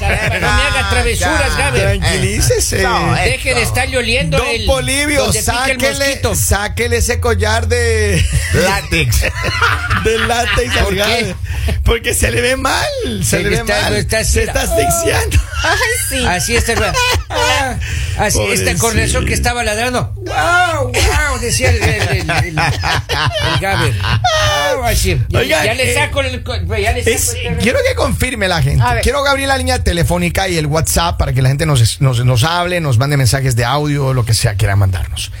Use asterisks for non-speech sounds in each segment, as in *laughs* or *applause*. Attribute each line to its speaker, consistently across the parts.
Speaker 1: eh,
Speaker 2: las travesuras, Gaber.
Speaker 1: eh. Ah, Tranquilícese.
Speaker 3: No, eh.
Speaker 2: Deje de estarle oliendo
Speaker 1: Don
Speaker 2: el.
Speaker 1: Polivio,
Speaker 2: donde pica el
Speaker 1: sáquele,
Speaker 2: mosquito.
Speaker 1: sáquele ese collar de,
Speaker 3: Látex.
Speaker 1: *laughs* de lata y
Speaker 2: ¿Por
Speaker 1: salgado.
Speaker 2: qué?
Speaker 1: Porque se le ve mal. Se,
Speaker 2: Se
Speaker 1: le
Speaker 2: le
Speaker 1: ve
Speaker 2: está-
Speaker 1: mal.
Speaker 2: lo está
Speaker 1: se
Speaker 2: haciendo-
Speaker 1: está asfixiando.
Speaker 4: Ay, sí.
Speaker 2: Así está. hermano. Ah, Así está con
Speaker 1: Pobrecito.
Speaker 2: eso que estaba ladrando. ¡Wow! ¡Wow! Decía el, el, el- el- el Gaber. Wow, así. Ya,
Speaker 1: Oigan,
Speaker 2: ya le
Speaker 1: eh,
Speaker 2: saco el. co- Ya le saco
Speaker 1: Es-
Speaker 2: el-
Speaker 1: quiero que confirme la gente.
Speaker 4: A ver.
Speaker 1: Quiero abrir la línea telefónica y el WhatsApp para que la gente nos, nos, nos hable, nos mande mensajes de audio, lo que sea quiera mandarnos.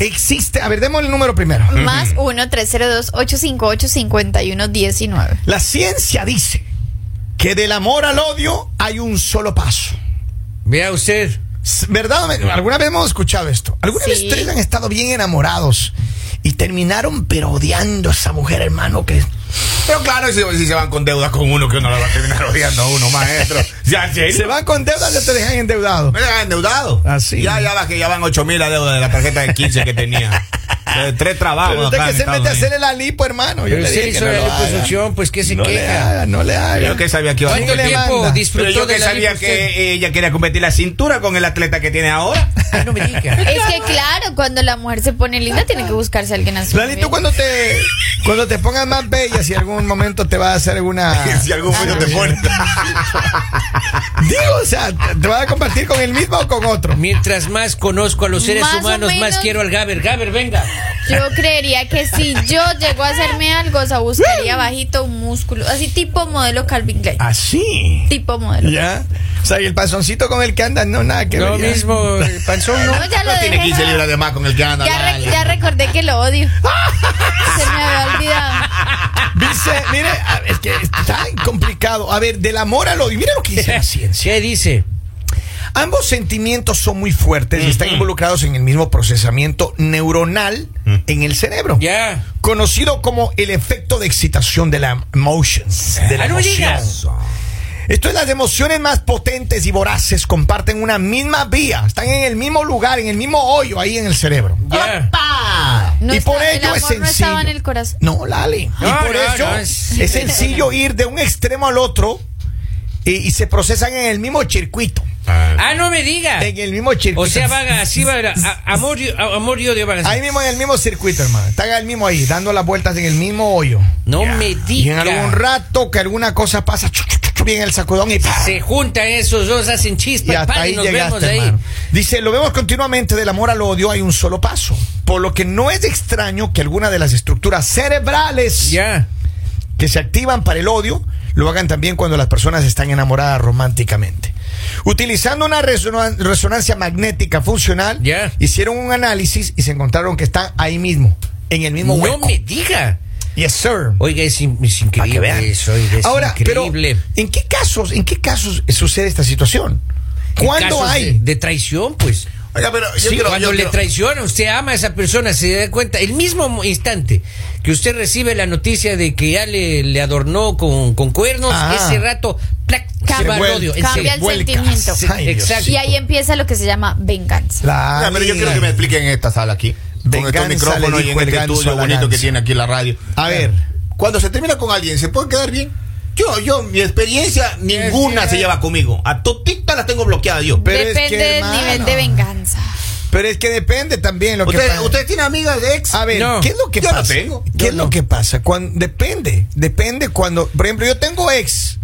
Speaker 1: Existe, a ver, demos el número primero.
Speaker 4: Más 1-302-858-5119.
Speaker 1: La ciencia dice que del amor al odio hay un solo paso.
Speaker 2: Vea usted.
Speaker 1: S- ¿Verdad? Domen- ¿Alguna vez hemos escuchado esto? ¿Alguna vez
Speaker 4: Sí.
Speaker 1: ustedes han estado bien enamorados y terminaron pero odiando a esa mujer, hermano? Que
Speaker 3: Pero claro, si, si se van con deudas con uno, que uno la va a terminar odiando a uno, maestro. Ya, en serio.
Speaker 1: se van con deudas y te dejan endeudado.
Speaker 3: Me dejan endeudado.
Speaker 1: Así.
Speaker 3: Ya, ya, va, que ya van 8 mil la deuda de la tarjeta de 15 que
Speaker 1: *laughs*
Speaker 3: tenía. De tres trabajos.
Speaker 1: Pero usted
Speaker 3: acá
Speaker 1: que
Speaker 3: en
Speaker 1: se
Speaker 3: Estados
Speaker 1: mete a
Speaker 3: Unidos.
Speaker 1: hacerle la lipo, hermano. Yo
Speaker 2: Pero
Speaker 1: le
Speaker 2: usted
Speaker 1: dije que
Speaker 2: hizo
Speaker 1: no
Speaker 2: la
Speaker 1: lo haga.
Speaker 2: liposucción, pues que se
Speaker 1: No le
Speaker 2: queja.
Speaker 1: haga, no le haga.
Speaker 3: Yo que sabía que iba a
Speaker 2: ¿Cuánto
Speaker 1: ¿Qué le
Speaker 3: competir.
Speaker 2: tiempo
Speaker 1: manda?
Speaker 3: Pero
Speaker 2: disfrutó
Speaker 3: yo
Speaker 2: de
Speaker 3: que
Speaker 2: la
Speaker 3: sabía
Speaker 2: lipo usted?
Speaker 3: que ella quería competir la cintura con el atleta que tiene ahora.
Speaker 2: Ay, no me diga.
Speaker 4: Es que claro, cuando la mujer se pone linda, tiene que buscarse a alguien así.
Speaker 1: Lali, tú cuando te, cuando te pongas más bella, si algún momento te va a hacer
Speaker 3: *laughs*
Speaker 1: alguna.
Speaker 3: si algún momento
Speaker 1: Ah.
Speaker 3: te
Speaker 1: *laughs*
Speaker 3: pone.
Speaker 1: Digo, o sea, te, te vas a compartir con el mismo o con otro.
Speaker 2: Mientras más conozco a los seres
Speaker 4: Más o
Speaker 2: humanos, más
Speaker 4: menos.
Speaker 2: quiero al Gaber. Gaber, venga.
Speaker 4: Yo creería que si yo llego a hacerme algo, o sea, buscaría bajito un músculo. Así tipo modelo Calvin Klein.
Speaker 1: Así.
Speaker 4: Tipo modelo.
Speaker 1: Ya. O sea, y el pasoncito con el que andas, no, nada que
Speaker 2: Lo
Speaker 1: ver, ya.
Speaker 2: mismo, el panzón, ¿no?
Speaker 4: *laughs* No, ya lo
Speaker 3: Tiene
Speaker 4: dejé.
Speaker 3: 15 libras de más con el que anda.
Speaker 4: Ya, re-
Speaker 3: dale.
Speaker 4: ya recordé que lo odio. Se me había olvidado.
Speaker 1: Dice, mire, a- es que es tan complicado. A ver, del amor al odio, mira lo que dice
Speaker 2: *laughs*
Speaker 1: la ciencia.
Speaker 2: ¿Qué dice?
Speaker 1: Ambos sentimientos son muy fuertes y están
Speaker 3: Ujú.
Speaker 1: involucrados en el mismo procesamiento neuronal en el cerebro.
Speaker 2: Ya.
Speaker 1: Conocido como el efecto de excitación de la emotions. De la
Speaker 2: Ah, no me
Speaker 1: emoción.
Speaker 2: digas.
Speaker 1: Esto es las emociones más potentes y voraces comparten una misma vía, están en el mismo lugar, en el mismo hoyo ahí en el cerebro.
Speaker 2: Ya.
Speaker 4: No
Speaker 1: y
Speaker 4: está-
Speaker 1: por
Speaker 4: el
Speaker 1: ello
Speaker 4: amor
Speaker 1: es sencillo.
Speaker 4: no estaba en el corazón.
Speaker 1: No, Lali.
Speaker 2: No,
Speaker 1: y por
Speaker 2: no,
Speaker 1: eso
Speaker 2: no,
Speaker 1: es...
Speaker 2: es-
Speaker 1: sencillo ir de un extremo al otro y, y se procesan en el mismo circuito.
Speaker 2: Ah, no me diga.
Speaker 1: En el mismo circuito.
Speaker 2: O sea, vaga, así va. a- Amor y a- amor y odio van así.
Speaker 1: Ahí mismo en el mismo circuito, hermano. Están al mismo ahí, dando las vueltas en el mismo hoyo.
Speaker 2: No me
Speaker 1: Y en
Speaker 2: diga.
Speaker 1: algún rato que alguna cosa pasa, chu, chu, chu, chu, viene el sacudón y ¡pah!
Speaker 2: Se juntan esos dos, hacen
Speaker 1: Y
Speaker 2: chispa. Y,
Speaker 1: hasta
Speaker 2: pan,
Speaker 1: ahí
Speaker 2: y Pues, nos vemos
Speaker 1: llegaste,
Speaker 2: ahí.
Speaker 1: hermano. Dice, lo vemos continuamente del amor al odio, hay un solo paso. Por lo que no es extraño que alguna de las estructuras cerebrales
Speaker 2: Ya.
Speaker 1: que se activan para el odio lo hagan también cuando las personas están enamoradas románticamente. Utilizando una resonan- resonancia magnética funcional,
Speaker 2: Ya.
Speaker 1: hicieron un análisis y se encontraron que están ahí mismo, en el mismo
Speaker 2: No
Speaker 1: hueco.
Speaker 2: me diga.
Speaker 1: Yes, sir.
Speaker 2: Oiga, es, in- es
Speaker 1: Para que vean.
Speaker 2: increíble eso. Oiga, es
Speaker 1: Ahora,
Speaker 2: increíble.
Speaker 1: pero ¿en qué casos, en qué casos sucede esta situación?
Speaker 2: En
Speaker 1: ¿Cuándo
Speaker 2: casos
Speaker 1: hay?
Speaker 2: De, de traición, pues.
Speaker 3: Oiga, pero yo
Speaker 2: Sí,
Speaker 3: quiero-
Speaker 2: cuando
Speaker 3: yo
Speaker 2: le
Speaker 3: quiero-
Speaker 2: traiciona, usted ama a esa persona, se da cuenta, el mismo mo- instante que usted recibe la noticia de que ya le, le adornó con, con cuernos,
Speaker 1: Ah.
Speaker 2: ese rato, plac, se va al
Speaker 1: vuelca.
Speaker 2: odio. en
Speaker 4: Cambia
Speaker 2: serio.
Speaker 4: el
Speaker 1: Vuelcas.
Speaker 4: sentimiento.
Speaker 2: Sí,
Speaker 1: Ay, Dios.
Speaker 2: exacto.
Speaker 4: Y ahí empieza lo que se llama venganza.
Speaker 1: La
Speaker 3: Oiga, pero yo quiero que me expliquen esta sala aquí. Con
Speaker 1: Venganza
Speaker 3: estos
Speaker 1: le
Speaker 3: micrófonos y
Speaker 1: dijo
Speaker 3: en
Speaker 1: el
Speaker 3: este
Speaker 1: ganso a
Speaker 3: estudio
Speaker 1: la
Speaker 3: bonito que
Speaker 1: gansa.
Speaker 3: tiene aquí la radio.
Speaker 1: A ver.
Speaker 3: Cuando se termina con alguien, ¿se puede quedar bien? Yo, yo, mi experiencia, ninguna
Speaker 2: sí,
Speaker 3: se
Speaker 2: eh.
Speaker 3: lleva conmigo. A totita las tengo bloqueadas yo.
Speaker 1: Pero es
Speaker 4: Depende
Speaker 1: que,
Speaker 4: del
Speaker 1: hermano.
Speaker 4: nivel de venganza.
Speaker 1: Pero es que depende también lo que
Speaker 3: ¿Usted,
Speaker 1: pasa.
Speaker 3: ¿Usted tiene amigas de ex?
Speaker 1: A ver,
Speaker 2: No.
Speaker 1: ¿qué es lo que
Speaker 3: Yo no
Speaker 1: pasa?
Speaker 3: tengo.
Speaker 1: ¿Qué
Speaker 2: Yo
Speaker 1: es lo
Speaker 2: no.
Speaker 1: que pasa? Cuando, depende, depende cuando, por ejemplo, yo tengo ex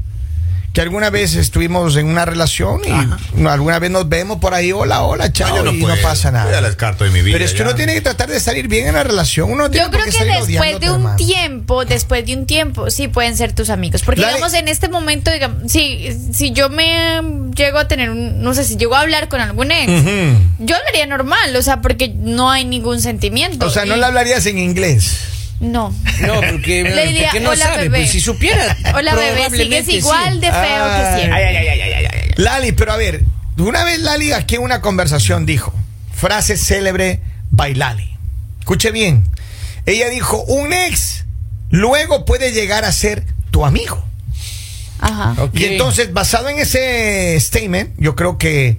Speaker 1: que alguna vez estuvimos en una relación y alguna vez nos vemos por ahí, hola, hola, chao, y no
Speaker 3: puedo.
Speaker 1: pasa
Speaker 3: Yo ya la
Speaker 1: nada.
Speaker 3: descarto de mi vida.
Speaker 1: Pero es que
Speaker 3: ya.
Speaker 1: uno tiene que tratar de salir bien en la relación. Uno no tiene
Speaker 4: Yo
Speaker 1: por
Speaker 4: creo
Speaker 1: qué
Speaker 4: que
Speaker 1: salir
Speaker 4: después
Speaker 1: odiándote,
Speaker 4: de un
Speaker 1: hermano.
Speaker 4: tiempo, después de un tiempo, sí pueden ser tus amigos. Porque
Speaker 1: Dale.
Speaker 4: digamos, en este momento, digamos, si, si yo me mm, llego a tener, un, no sé, si llego a hablar con algún ex, yo hablaría normal, o sea, porque no hay ningún sentimiento.
Speaker 1: O sea, no
Speaker 4: Y-
Speaker 1: le hablarías en inglés.
Speaker 4: No.
Speaker 2: No,
Speaker 4: *laughs*
Speaker 2: porque,
Speaker 4: Le
Speaker 2: porque
Speaker 4: diría,
Speaker 2: no
Speaker 4: "Hola,
Speaker 2: sabe,
Speaker 4: bebé".
Speaker 2: pues, si supiera.
Speaker 4: Hola, bebé, sigues
Speaker 2: probablemente sí.
Speaker 4: igual de feo
Speaker 1: Ay.
Speaker 4: que siempre.
Speaker 3: Ay, ay, ay, ay, ay, ay, ay.
Speaker 1: Lali, pero a ver, una vez Lali aquí en una conversación dijo, frase célebre by Lali. Escuche bien. Ella dijo, un ex luego puede llegar a ser tu amigo.
Speaker 4: Ajá.
Speaker 2: Ok.
Speaker 1: Y entonces, basado en ese statement, yo creo que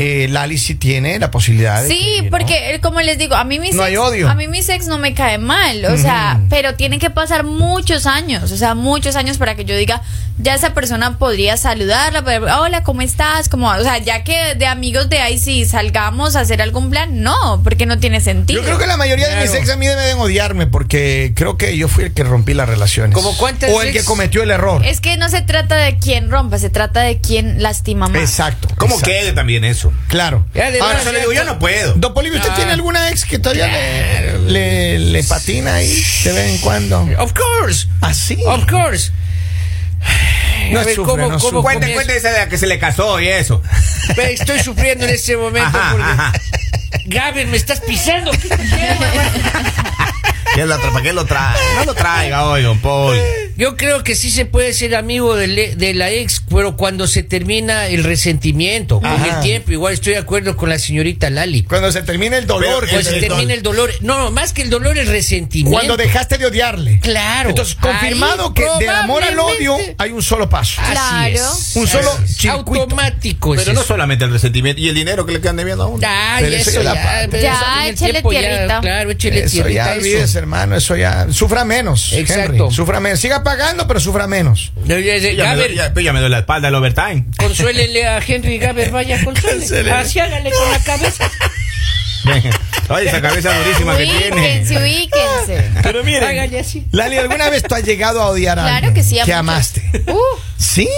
Speaker 1: eh, Lali sí tiene la posibilidad. de
Speaker 4: Sí,
Speaker 1: que, ¿no?
Speaker 4: porque eh, como les digo, a mí mi
Speaker 1: No
Speaker 4: sex,
Speaker 1: hay odio.
Speaker 4: a mí mi sex no me cae mal, o sea, pero tienen que pasar muchos años, o sea, muchos años para que yo diga, ya esa persona podría saludarla, pero, hola, ¿cómo estás? Como, o sea, ya que de amigos de ahí si salgamos a hacer algún plan, no, porque no tiene sentido.
Speaker 1: Yo creo que la mayoría de mis
Speaker 2: Claro.
Speaker 1: ex a mí deben odiarme porque creo que yo fui el que rompí las relaciones.
Speaker 2: ¿Como cuántas
Speaker 1: O el
Speaker 2: ex?
Speaker 1: que cometió el error.
Speaker 4: Es que no se trata de quién rompa, se trata de quién lastima más. *laughs*
Speaker 1: Exacto.
Speaker 3: ¿Cómo
Speaker 1: exacto.
Speaker 3: quede también eso?
Speaker 1: Claro.
Speaker 2: Ya de
Speaker 3: Ahora
Speaker 2: verdad,
Speaker 3: yo le digo, yo no puedo.
Speaker 1: Don Polivio, ¿usted
Speaker 2: Ah.
Speaker 1: tiene alguna ex que todavía le, le- le patina ahí de vez en cuando?
Speaker 2: Of course.
Speaker 1: Así.
Speaker 2: Of course.
Speaker 1: No
Speaker 2: A ver,
Speaker 1: sufre,
Speaker 2: ¿cómo-
Speaker 1: no
Speaker 2: cómo-
Speaker 1: sufre.
Speaker 3: Cuente,
Speaker 2: comienzo.
Speaker 3: cuente esa de la que se le casó y eso.
Speaker 2: Ve, Estoy sufriendo en este momento
Speaker 3: Ajá,
Speaker 2: porque.
Speaker 3: ajá.
Speaker 2: Gavin, me estás pisando.
Speaker 3: ¿Qué lo tra- ¿Para qué lo trae? No lo traiga hoy, don Paul.
Speaker 2: Yo creo que sí se puede ser amigo de, le- de la ex, pero cuando se termina el resentimiento, con
Speaker 1: Ajá.
Speaker 2: el tiempo, igual estoy de acuerdo con la señorita Lali.
Speaker 1: Cuando se termina el dolor.
Speaker 3: Pero,
Speaker 2: Cuando se
Speaker 3: el
Speaker 2: termina
Speaker 3: dol-
Speaker 2: el dolor. No, más que el dolor, pues, el resentimiento.
Speaker 1: Cuando dejaste de odiarle.
Speaker 2: Claro.
Speaker 1: Entonces, confirmado
Speaker 2: Ahí
Speaker 1: que del amor al odio
Speaker 2: probablemente- Ah,
Speaker 1: hay un solo paso.
Speaker 2: Así
Speaker 4: Claro.
Speaker 2: es.
Speaker 1: Un solo
Speaker 2: Así es.
Speaker 1: circuito.
Speaker 2: Automático es
Speaker 3: Pero no
Speaker 2: Pues eso.
Speaker 3: solamente el resentimiento y el dinero que le quedan debiendo a uno.
Speaker 2: Ay,
Speaker 1: Pero eso
Speaker 2: eso,
Speaker 1: ya la
Speaker 2: ya,
Speaker 1: parte.
Speaker 2: pero
Speaker 4: Ya,
Speaker 2: eso en el
Speaker 4: échale
Speaker 2: tiempo ya,
Speaker 4: tierrita.
Speaker 2: claro, échale
Speaker 1: Eso
Speaker 2: tierrita
Speaker 1: ya
Speaker 2: a eso.
Speaker 1: olvides, hermano, eso ya. Sufra menos.
Speaker 2: Exacto.
Speaker 1: Henry, sufra menos. Siga pagando, pero sufra menos.
Speaker 2: Ya, ya, ya,
Speaker 3: Yo ya, me
Speaker 2: Gaber,
Speaker 3: doy, ya- yo ya me doy la espalda el overtime.
Speaker 2: consuélele a Henry Gaber,
Speaker 1: *laughs*
Speaker 2: vaya, consuélele.
Speaker 1: Consuélele.
Speaker 2: Así hágale con la
Speaker 1: *laughs*
Speaker 2: cabeza.
Speaker 3: Ay, esa cabeza durísima que tiene.
Speaker 4: Ubíquense, ubíquense.
Speaker 1: Pero
Speaker 2: Hágale así.
Speaker 1: Lali, ¿alguna vez tú has llegado a odiar a
Speaker 4: Claro
Speaker 1: alguien
Speaker 4: que sí, a
Speaker 1: que
Speaker 4: muchos.
Speaker 1: amaste? *laughs*
Speaker 4: Uh,
Speaker 1: ¿Sí?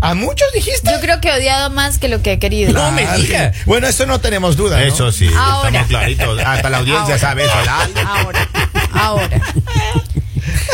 Speaker 1: ¿A muchos dijiste?
Speaker 4: yo creo que he odiado más que lo que he querido.
Speaker 2: No me
Speaker 1: Ay,
Speaker 2: diga.
Speaker 1: Bueno, eso no tenemos duda. ¿no?
Speaker 3: Eso sí,
Speaker 4: Ahora.
Speaker 3: estamos claritos. Hasta la audiencia
Speaker 4: Ahora.
Speaker 3: sabe eso. la-
Speaker 4: Ahora, ahora.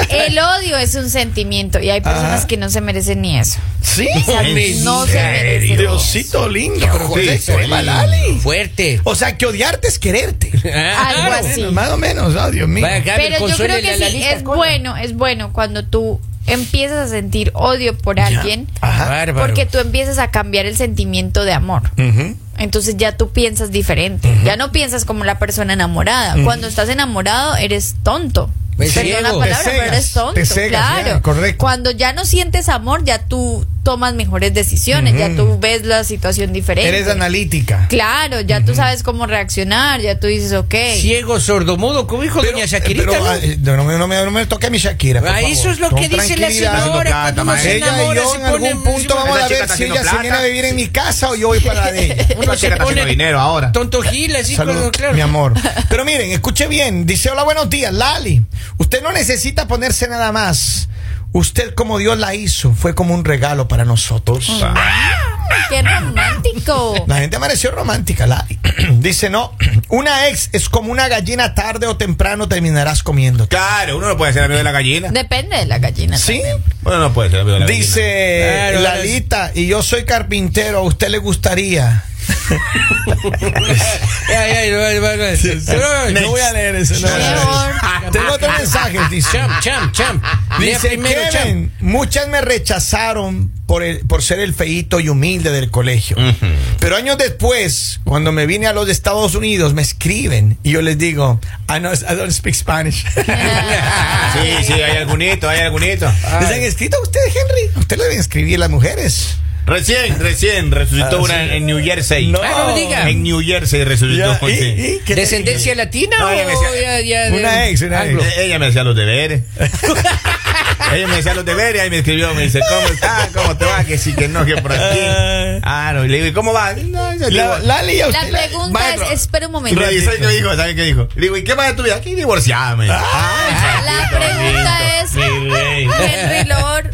Speaker 4: El odio es un sentimiento y hay personas
Speaker 1: Ajá.
Speaker 4: que no se merecen ni eso.
Speaker 1: Sí.
Speaker 3: ¿En
Speaker 4: No se merecen.
Speaker 3: serio?
Speaker 1: Diosito lindo, pero
Speaker 2: pues,
Speaker 1: con
Speaker 3: Diosito
Speaker 1: eso, ¿eh,
Speaker 3: lindo.
Speaker 1: Lali?
Speaker 2: Fuerte.
Speaker 1: O sea, que odiarte es quererte.
Speaker 2: Ah,
Speaker 4: Algo así.
Speaker 1: Bueno, más o menos, oh, Dios mío.
Speaker 2: Vaya, Gaber,
Speaker 4: Pero yo creo
Speaker 2: consuélele a
Speaker 4: que sí,
Speaker 2: Lalita,
Speaker 4: es
Speaker 2: coño.
Speaker 4: bueno, es bueno cuando tú empiezas a sentir odio por alguien
Speaker 1: Ajá.
Speaker 2: Ah, Bárbaro.
Speaker 4: porque tú empiezas a cambiar el sentimiento de amor.
Speaker 1: Ujú.
Speaker 4: Entonces ya tú piensas diferente, ya no piensas como la persona enamorada. Cuando estás enamorado eres tonto.
Speaker 2: Pues
Speaker 4: Perdón la
Speaker 2: ciego.
Speaker 4: palabra,
Speaker 1: Te
Speaker 4: pero eres
Speaker 1: cegas,
Speaker 4: tonto.
Speaker 1: te cegas, ya,
Speaker 4: claro.
Speaker 1: correcto.
Speaker 4: Cuando ya no sientes amor, ya tú tomas mejores decisiones, ya tú ves la situación diferente.
Speaker 1: Eres analítica.
Speaker 4: Claro, ya tú sabes cómo reaccionar, ya tú dices, ok.
Speaker 2: Ciego, sordomudo, como dijo doña Shakirita.
Speaker 1: pero,
Speaker 2: ¿no?
Speaker 1: ah, eh, no, me- no me, no me toque a mi Shakira. por
Speaker 2: Ah, eso
Speaker 1: favor.
Speaker 2: es lo
Speaker 1: Con
Speaker 2: que dice la
Speaker 1: tranquilidad.
Speaker 2: señora
Speaker 3: plata,
Speaker 2: cuando uno se
Speaker 3: maestra.
Speaker 1: Ella y
Speaker 2: enamora
Speaker 1: yo
Speaker 2: se
Speaker 1: en
Speaker 2: pone
Speaker 1: algún punto vamos
Speaker 3: Esa
Speaker 1: a
Speaker 3: chica
Speaker 1: ver
Speaker 3: está
Speaker 1: si
Speaker 3: haciendo
Speaker 1: ella se
Speaker 3: plata.
Speaker 1: viene a vivir en mi casa o yo voy para
Speaker 2: *laughs*
Speaker 1: la de ella.
Speaker 3: Una
Speaker 2: uno se
Speaker 3: chica está haciendo
Speaker 2: pone
Speaker 3: dinero ahora.
Speaker 2: tonto gil así
Speaker 1: Saludos,
Speaker 2: claro, claro.
Speaker 1: mi
Speaker 2: *laughs*
Speaker 1: amor. Pero miren, escuche bien. Dice, hola, buenos días, Lali. Usted no necesita ponerse nada más. Usted como Dios la hizo, fue como un regalo para nosotros.
Speaker 2: Mm.
Speaker 4: ¡Qué
Speaker 1: *laughs*
Speaker 4: romántico!
Speaker 1: La gente amaneció romántica, Lali. *clears throat* Dice, no, una ex es como una gallina tarde o temprano terminarás comiéndote.
Speaker 3: Claro, uno no puede ser amigo de la gallina.
Speaker 4: Depende de la gallina.
Speaker 1: ¿Sí?
Speaker 3: Uno no puede ser amigo de la gallina.
Speaker 1: Dice
Speaker 2: Claro, ahora
Speaker 1: Lalita, y yo soy carpintero, ¿a usted le gustaría?
Speaker 2: Ya, ya, ya, ya, ya, ya. Pero,
Speaker 1: No voy a leer eso. no voy a leer eso. Tengo otro mensaje, dice.
Speaker 2: Champ, champ, champ. Lea
Speaker 1: Dice
Speaker 2: primero, champ.
Speaker 1: Kevin, muchas me rechazaron por, el- por ser el feíto y humilde del colegio. Pero años después, cuando me vine a los Estados Unidos, me escriben y yo les digo, I, no- I don't speak Spanish. *laughs*
Speaker 3: Sí, sí, hay algunito, hay algunito.
Speaker 1: ¿Les han escrito a usted, Henry? ¿A usted le deben escribir las mujeres?
Speaker 3: Recién, recién resucitó
Speaker 1: Ah,
Speaker 3: una
Speaker 1: sí.
Speaker 3: en New Jersey.
Speaker 1: No.
Speaker 2: Ah, no diga.
Speaker 3: En New Jersey resucitó. Eh,
Speaker 1: Ya, ¿y-
Speaker 3: pues sí.
Speaker 1: y qué te-
Speaker 2: ¿Descendencia latina
Speaker 3: No, ya me
Speaker 2: o
Speaker 3: decía-
Speaker 2: ya, ya de-
Speaker 1: Una ex, una
Speaker 2: anglo?
Speaker 1: ex.
Speaker 3: E- Ella me hacía los
Speaker 1: *laughs*
Speaker 3: deberes. Ella me hacía los deberes y me escribió, me dice, ¿cómo estás? ¿Cómo te va? Que sí, que no, que por aquí. Ah, no, y le digo, ¿y cómo va? No, yo
Speaker 1: La,
Speaker 3: digo,
Speaker 1: Lali, ¿a
Speaker 4: pues. La
Speaker 1: usted le-
Speaker 4: pregunta
Speaker 1: Maestro,
Speaker 4: es, espera un momento.
Speaker 3: Revisé y me dijo, ¿sabes qué dijo? Digo, ¿y qué más de tu vida? Aquí divorciada, me dijo.
Speaker 1: Ah.
Speaker 3: Ay,
Speaker 4: La
Speaker 3: papito
Speaker 4: pregunta es,
Speaker 3: lindo, mi rey.
Speaker 4: *laughs* Henry Lord,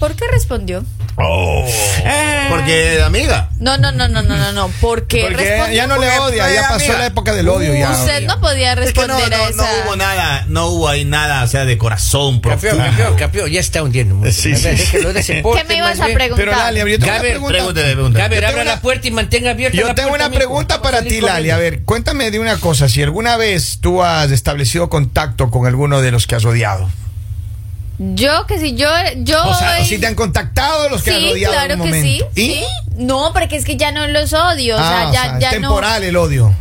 Speaker 4: ¿por qué respondió?
Speaker 3: Oh.
Speaker 4: Eh.
Speaker 3: Porque amiga.
Speaker 4: No, no, no, no, no, no, no. ¿Por qué
Speaker 1: Porque ya,
Speaker 4: respondió?
Speaker 1: ya no le
Speaker 3: Porque
Speaker 1: odia,
Speaker 3: fue
Speaker 1: ya pasó
Speaker 3: amiga.
Speaker 1: la época del odio. ya,
Speaker 4: Uh, Usted
Speaker 1: odio.
Speaker 4: no podía
Speaker 3: Es que
Speaker 4: responder
Speaker 3: no, no,
Speaker 4: a
Speaker 3: no
Speaker 4: esa.
Speaker 3: hubo nada, no hubo ahí nada, o sea, de corazón
Speaker 2: Campeón,
Speaker 3: profundo.
Speaker 2: campeón, campeón. Ya está hundiendo. mucho.
Speaker 1: Sí,
Speaker 2: A
Speaker 1: sí,
Speaker 2: ver,
Speaker 1: sí.
Speaker 2: déjelo de ese
Speaker 4: ¿Qué
Speaker 2: porte,
Speaker 4: me
Speaker 2: más
Speaker 4: ibas a
Speaker 2: bien.
Speaker 4: preguntar?
Speaker 1: Pero Lali, yo tengo
Speaker 2: Gaber,
Speaker 1: una pregunta.
Speaker 3: Pregúntale, pregúntale.
Speaker 2: Gaber,
Speaker 1: Yo
Speaker 2: abra
Speaker 1: tengo
Speaker 2: la
Speaker 1: una-
Speaker 2: puerta y mantenga abierta
Speaker 1: Yo
Speaker 2: la
Speaker 1: tengo
Speaker 2: puerta,
Speaker 1: una
Speaker 2: mijo.
Speaker 1: pregunta
Speaker 2: Vamos
Speaker 1: para
Speaker 2: salir
Speaker 1: ti, Lali.
Speaker 2: corriendo.
Speaker 1: A ver, cuéntame de una cosa. Si alguna vez tú has establecido contacto con alguno de los que has odiado.
Speaker 4: Yo que si yo, yo.
Speaker 1: O sea, si te han contactado de los que has
Speaker 4: sí,
Speaker 1: odiado.
Speaker 4: claro
Speaker 1: en un
Speaker 4: que sí,
Speaker 1: momento. ¿Y?
Speaker 4: sí. No, porque es que ya no los odio.
Speaker 1: Ah,
Speaker 4: o sea, ya,
Speaker 1: es
Speaker 4: ya no.
Speaker 1: temporal el odio.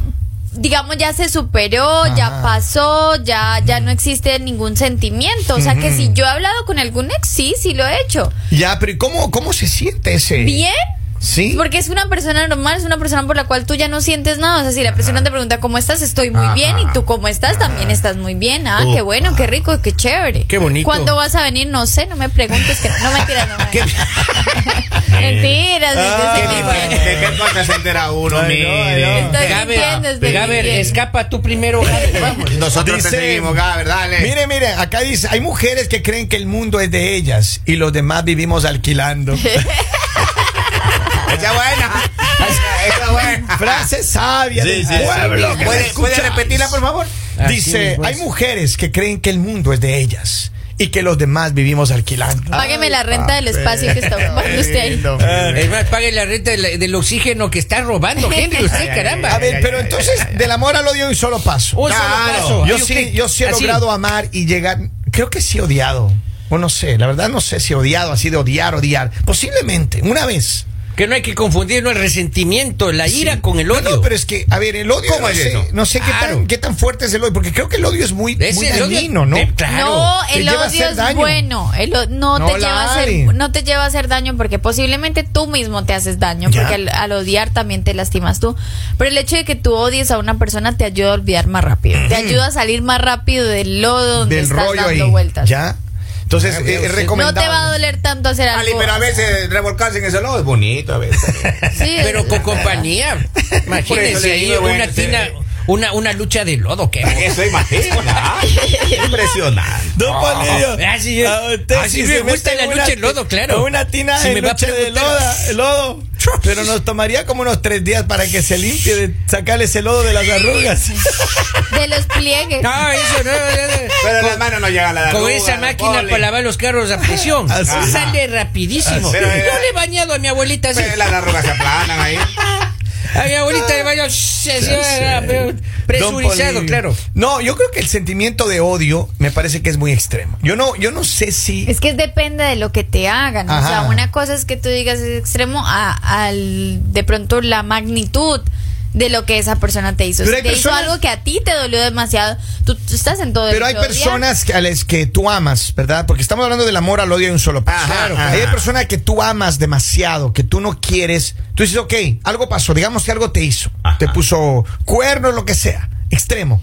Speaker 4: digamos ya se superó,
Speaker 1: Ajá.
Speaker 4: ya pasó, ya ya no existe ningún sentimiento, o sea que si yo he hablado con algún ex, sí, sí lo he hecho.
Speaker 1: Ya, pero ¿y cómo, cómo se siente ese?
Speaker 4: Bien,
Speaker 1: Sí.
Speaker 4: Porque es una persona normal, es una persona por la cual tú ya no sientes nada. O sea, si la persona te pregunta cómo estás, estoy muy
Speaker 3: Ajá.
Speaker 4: bien. Y tú cómo estás, también estás muy bien. Ah, qué bueno, qué rico, qué chévere.
Speaker 2: Qué bonito.
Speaker 4: ¿Cuándo vas a venir? No sé, no me preguntes. Que... No, mentiras,
Speaker 2: *laughs*
Speaker 4: no. me- mentiras.
Speaker 1: Ah,
Speaker 4: yo sé
Speaker 1: qué
Speaker 4: que-
Speaker 1: bueno.
Speaker 3: ¿De qué cosa se entera uno,
Speaker 1: Ay, no, ay, no.
Speaker 3: mire?
Speaker 4: Estoy
Speaker 2: Gaber,
Speaker 4: mintiendo, estoy
Speaker 2: Gaber,
Speaker 4: mintiendo.
Speaker 2: escapa tú primero.
Speaker 4: *laughs*
Speaker 2: Gaber, vamos.
Speaker 3: Nosotros te
Speaker 1: Dice-
Speaker 3: seguimos, Gaber, dale.
Speaker 1: Mire, mire, acá dice, hay mujeres que creen que el mundo es de ellas y los demás vivimos alquilando.
Speaker 3: Esa buena. *laughs* Esa buena.
Speaker 1: Frase sabia
Speaker 3: Sí,
Speaker 1: del
Speaker 3: sí, sí.
Speaker 1: pueblo. que
Speaker 3: ¿Puede-
Speaker 1: la
Speaker 3: puede
Speaker 1: escuchamos.
Speaker 3: repetirla, por favor?
Speaker 2: Así
Speaker 1: Dice,
Speaker 2: mismo es.
Speaker 1: hay mujeres que creen que el mundo es de ellas y que los demás vivimos alquilando.
Speaker 4: Ah, Págueme la renta del espacio que está ocupando usted ahí.
Speaker 3: Lindo,
Speaker 2: Es más, pague la renta de la- del, oxígeno que está robando, Henry,
Speaker 1: *laughs*
Speaker 3: Ay,
Speaker 2: usted,
Speaker 3: ay,
Speaker 2: caramba.
Speaker 1: A ver,
Speaker 3: ay,
Speaker 1: pero
Speaker 3: ay,
Speaker 1: entonces,
Speaker 3: ay, ay.
Speaker 1: del amor al odio un solo paso.
Speaker 2: Ah. Un solo
Speaker 3: Claro.
Speaker 2: paso.
Speaker 1: Yo
Speaker 2: Ay,
Speaker 1: sí,
Speaker 2: usted-
Speaker 1: yo sí he
Speaker 2: así.
Speaker 1: logrado amar y llegar. Creo que sí he odiado. O no sé, la verdad no sé si he odiado, así de odiar, odiar. Posiblemente, una vez.
Speaker 2: Que no hay que confundir no el resentimiento, la ira
Speaker 1: Sí.
Speaker 2: con el
Speaker 1: No,
Speaker 2: odio.
Speaker 1: No, pero es que, a ver, el odio.
Speaker 3: ¿Cómo
Speaker 1: no
Speaker 3: es
Speaker 1: sé,
Speaker 3: eso?
Speaker 1: No sé qué,
Speaker 2: Claro.
Speaker 1: tan, qué tan fuerte es el odio, porque creo que el odio es muy,
Speaker 2: Ese
Speaker 1: muy
Speaker 2: el odio-
Speaker 1: dañino, ¿no?
Speaker 2: de- claro.
Speaker 4: No,
Speaker 1: Te
Speaker 4: el
Speaker 1: lleva a
Speaker 4: odio
Speaker 1: hacer
Speaker 4: es
Speaker 1: daño.
Speaker 4: bueno. El o- no,
Speaker 1: No
Speaker 4: te
Speaker 1: la
Speaker 4: lleva a
Speaker 1: hay.
Speaker 4: hacer, no te lleva a hacer daño porque posiblemente tú mismo te haces daño,
Speaker 1: Ya.
Speaker 4: porque al, al odiar también te lastimas tú. Pero el hecho de que tú odies a una persona te ayuda a olvidar más rápido, te ayuda a salir más rápido del lodo donde
Speaker 1: del
Speaker 4: estás
Speaker 1: rollo
Speaker 4: dando
Speaker 1: ahí.
Speaker 4: vueltas.
Speaker 1: Ya. Ah, Entonces,
Speaker 2: Ah,
Speaker 1: eh,
Speaker 2: veo,
Speaker 1: es
Speaker 2: sí.
Speaker 4: No
Speaker 1: recomendable.
Speaker 4: te va a doler tanto hacer algo.
Speaker 3: Ali, pero a veces revolcarse en ese lodo es bonito, a *laughs* veces.
Speaker 4: Sí,
Speaker 2: Pero
Speaker 4: es-
Speaker 2: con compañía.
Speaker 3: Por eso
Speaker 2: Imagínense
Speaker 3: le
Speaker 2: ahí
Speaker 3: digo, bueno,
Speaker 2: una
Speaker 3: sí.
Speaker 2: tina, una, una lucha de lodo. Que
Speaker 3: Eso *laughs* imagina. Impresionante.
Speaker 1: Don Palillo,
Speaker 2: Ah, sí, yo-
Speaker 1: a pues, usted
Speaker 2: ah, sí, me
Speaker 1: mete
Speaker 2: gusta la
Speaker 1: en
Speaker 2: lucha
Speaker 1: ti-
Speaker 2: en lodo, claro.
Speaker 1: Una tina
Speaker 2: Si
Speaker 1: de
Speaker 2: me va a
Speaker 1: lucha de
Speaker 2: preguntar-
Speaker 1: loda- lodo. Pero nos tomaría como unos tres días para que se limpie de sacarle ese lodo de las arrugas.
Speaker 4: de los pliegues.
Speaker 2: No, eso no. no, no.
Speaker 3: Pero las manos no llegan a la
Speaker 2: Con
Speaker 3: arruga,
Speaker 2: esa
Speaker 3: no
Speaker 2: máquina
Speaker 3: polen.
Speaker 2: para lavar los carros a presión.
Speaker 1: Así.
Speaker 2: Sale rapidísimo.
Speaker 3: Pero, eh,
Speaker 2: Yo le he bañado a mi abuelita así.
Speaker 3: Pero Las arrugas se aplanan ahí.
Speaker 2: A mi abuelita le baño shh, así, ah, pero presurizado,
Speaker 1: Don Polillo.
Speaker 2: claro.
Speaker 1: No, yo creo que el sentimiento de odio me parece que es muy extremo. Yo no, yo no sé si.
Speaker 4: Es que depende de lo que te hagan. O sea,
Speaker 1: Ajá.
Speaker 4: una cosa es que tú digas es extremo a, al de pronto la magnitud de lo que esa persona te hizo.
Speaker 1: Pero
Speaker 4: si
Speaker 1: hay
Speaker 4: te hizo
Speaker 1: personas-
Speaker 4: algo que a ti te dolió demasiado, tú, tú estás en todo
Speaker 1: Pero hay
Speaker 4: derecho de odiar.
Speaker 1: personas que- a las que tú amas, ¿verdad? Porque estamos hablando del amor al odio de un solo paso.
Speaker 3: Ajá,
Speaker 1: Claro.
Speaker 3: ajá.
Speaker 1: Hay personas que tú amas demasiado, que tú no quieres. Tú dices, ok, algo pasó, digamos que algo te hizo.
Speaker 3: Ajá.
Speaker 1: Te puso cuernos, lo que sea, extremo.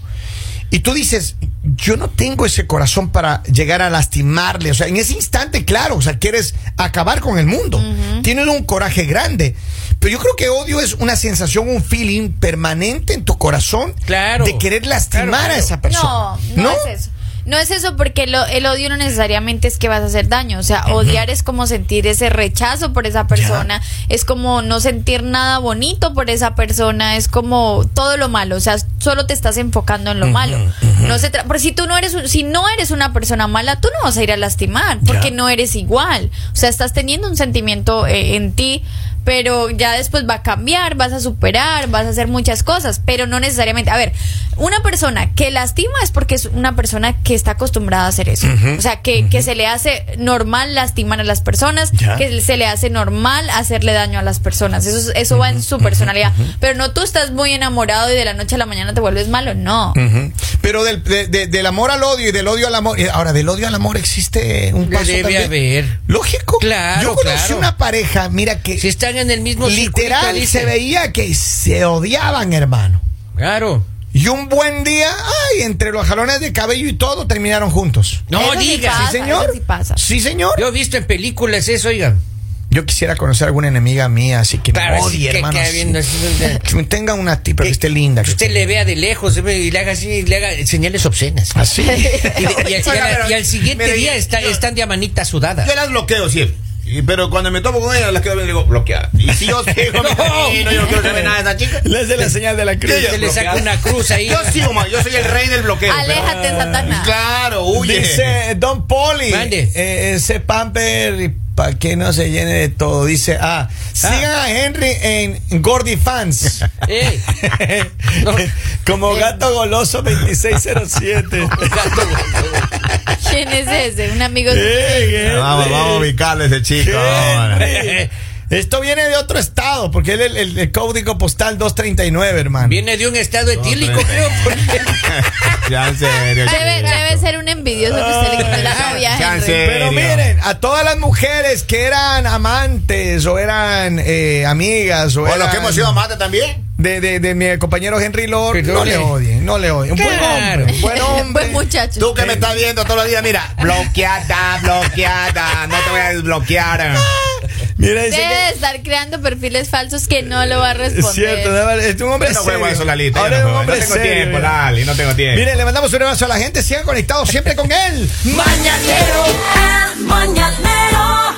Speaker 1: Y tú dices, yo no tengo ese corazón para llegar a lastimarle. O sea, en ese instante, claro, o sea, quieres acabar con el mundo. Tienes un coraje grande. Pero yo creo que odio es una sensación, un feeling permanente en tu corazón
Speaker 2: Claro.
Speaker 1: de querer lastimar
Speaker 2: Claro, claro.
Speaker 1: a esa persona.
Speaker 4: No, no, es eso. No es eso porque lo- el odio no necesariamente es que vas a hacer daño. O sea, odiar es como sentir ese rechazo por esa persona. Es como no sentir nada bonito por esa persona. Es como todo lo malo. O sea, solo te estás enfocando en lo malo. No se tra- Porque si tú no eres, un- si no eres una persona mala, tú no vas a ir a lastimar porque no eres igual. O sea, estás teniendo un sentimiento eh, en ti. Pero ya después va a cambiar, vas a superar, vas a hacer muchas cosas, pero no necesariamente. A ver, una persona que lastima es porque es una persona que está acostumbrada a hacer eso. O sea, que, que se le hace normal lastimar a las personas,
Speaker 1: Ya.
Speaker 4: que se le hace normal hacerle daño a las personas. Eso, es- eso va en su personalidad. Pero no tú estás muy enamorado y de la noche a la mañana te vuelves malo, no.
Speaker 1: Ujú. Pero del, de- de- del amor al odio y del odio al amor. eh, Ahora, del odio al amor existe un paso
Speaker 2: Debe
Speaker 1: también.
Speaker 2: haber.
Speaker 1: Lógico.
Speaker 2: Claro,
Speaker 1: Yo conocí
Speaker 2: claro.
Speaker 1: una pareja, mira que
Speaker 2: Si están en el mismo circuito,
Speaker 1: literal
Speaker 2: dice.
Speaker 1: se veía que se odiaban, hermano.
Speaker 2: Claro.
Speaker 1: Y un buen día, ay, entre los jalones de cabello y todo, terminaron juntos.
Speaker 2: No
Speaker 4: Eso sí
Speaker 2: digas.
Speaker 4: pasa.
Speaker 1: ¿Sí, señor?
Speaker 4: eso sí pasa.
Speaker 1: Sí, señor.
Speaker 2: Yo he visto en películas eso, oigan.
Speaker 1: Yo quisiera conocer a alguna enemiga mía, así que
Speaker 2: Claro,
Speaker 1: me
Speaker 2: así
Speaker 1: odie,
Speaker 2: que
Speaker 1: hermano.
Speaker 2: queda
Speaker 1: así.
Speaker 2: viendo así,
Speaker 1: Que tenga una tipa que esté linda. Ah, que
Speaker 2: Usted
Speaker 1: esté-
Speaker 2: le vea de lejos y le haga así, y le haga señales obscenas.
Speaker 1: Así.
Speaker 2: *laughs* Y, de- y al- y
Speaker 3: Oiga,
Speaker 2: al,
Speaker 3: pero-
Speaker 2: y al siguiente
Speaker 3: mire,
Speaker 2: día
Speaker 3: yo-
Speaker 2: está,
Speaker 3: yo-
Speaker 2: están de amanita sudada.
Speaker 3: Yo las bloqueo siempre. Y- Pero cuando me topo con ellas, las quedo bien y digo, bloqueada. Y si yo
Speaker 1: *laughs*
Speaker 3: sigo, mi camino, yo no quiero saber nada de esa chica.
Speaker 1: Le hace la señal de la cruz.
Speaker 2: Se le saca una cruz ahí.
Speaker 3: Yo sigo, ma, yo soy el rey del bloqueo. pero-
Speaker 4: Aléjate, Satanás.
Speaker 3: Claro, huye.
Speaker 1: Dice Don Poli,
Speaker 2: Mande.
Speaker 1: eh, ese pamper para que no se llene de todo. Dice, ah, sigan a Henry en Gordy Fans.
Speaker 2: Ey, No.
Speaker 1: Como gato goloso
Speaker 2: *laughs*
Speaker 1: 2607.
Speaker 4: ¿Quién es ese? Un amigo.
Speaker 1: Bien, Eh, Henry.
Speaker 3: Vamos, vamos a ubicarlo a ese chico.
Speaker 1: *laughs* Henry.
Speaker 3: ahora.
Speaker 1: Esto viene de otro estado, porque es el, el- el código postal 239, hermano.
Speaker 2: Viene de un estado etílico,
Speaker 3: pero-
Speaker 2: creo. porque-
Speaker 3: Ya, en serio.
Speaker 4: Debe,
Speaker 3: chico.
Speaker 4: debe ser un envidioso *laughs* que usted le quitó la
Speaker 3: Ah,
Speaker 4: novia. a
Speaker 3: chance.
Speaker 4: Henry.
Speaker 1: Pero
Speaker 3: serio.
Speaker 1: miren, a todas las mujeres que eran amantes o eran eh, amigas o,
Speaker 3: O los
Speaker 1: eran
Speaker 3: que hemos sido amantes también.
Speaker 1: de, de- de mi compañero Henry Lord,
Speaker 2: Pero
Speaker 1: no
Speaker 2: le-
Speaker 1: le odien, no le odien. Un buen
Speaker 2: Claro.
Speaker 1: hombre, un buen hombre.
Speaker 4: *laughs* *laughs* Buen muchacho.
Speaker 3: Tú que me estás viendo todos los días, mira, bloqueada, bloqueada, no te voy a
Speaker 1: Ah,
Speaker 3: desbloquear.
Speaker 1: Mira, dice
Speaker 4: Debe
Speaker 1: que-
Speaker 4: de estar creando perfiles falsos que no lo va a responder.
Speaker 1: Es cierto, Dávila, es un hombre
Speaker 3: No juego
Speaker 1: serio.
Speaker 3: a eso, Lalita.
Speaker 1: Ahora
Speaker 3: yo
Speaker 1: es
Speaker 3: no
Speaker 1: un
Speaker 3: juego. No
Speaker 1: hombre
Speaker 3: tengo
Speaker 1: serio.
Speaker 3: tiempo,
Speaker 1: mira.
Speaker 3: Lali, no tengo tiempo.
Speaker 1: Miren, le mandamos un abrazo a la gente. Sigan conectados siempre con él.
Speaker 5: mañanero. El mañanero.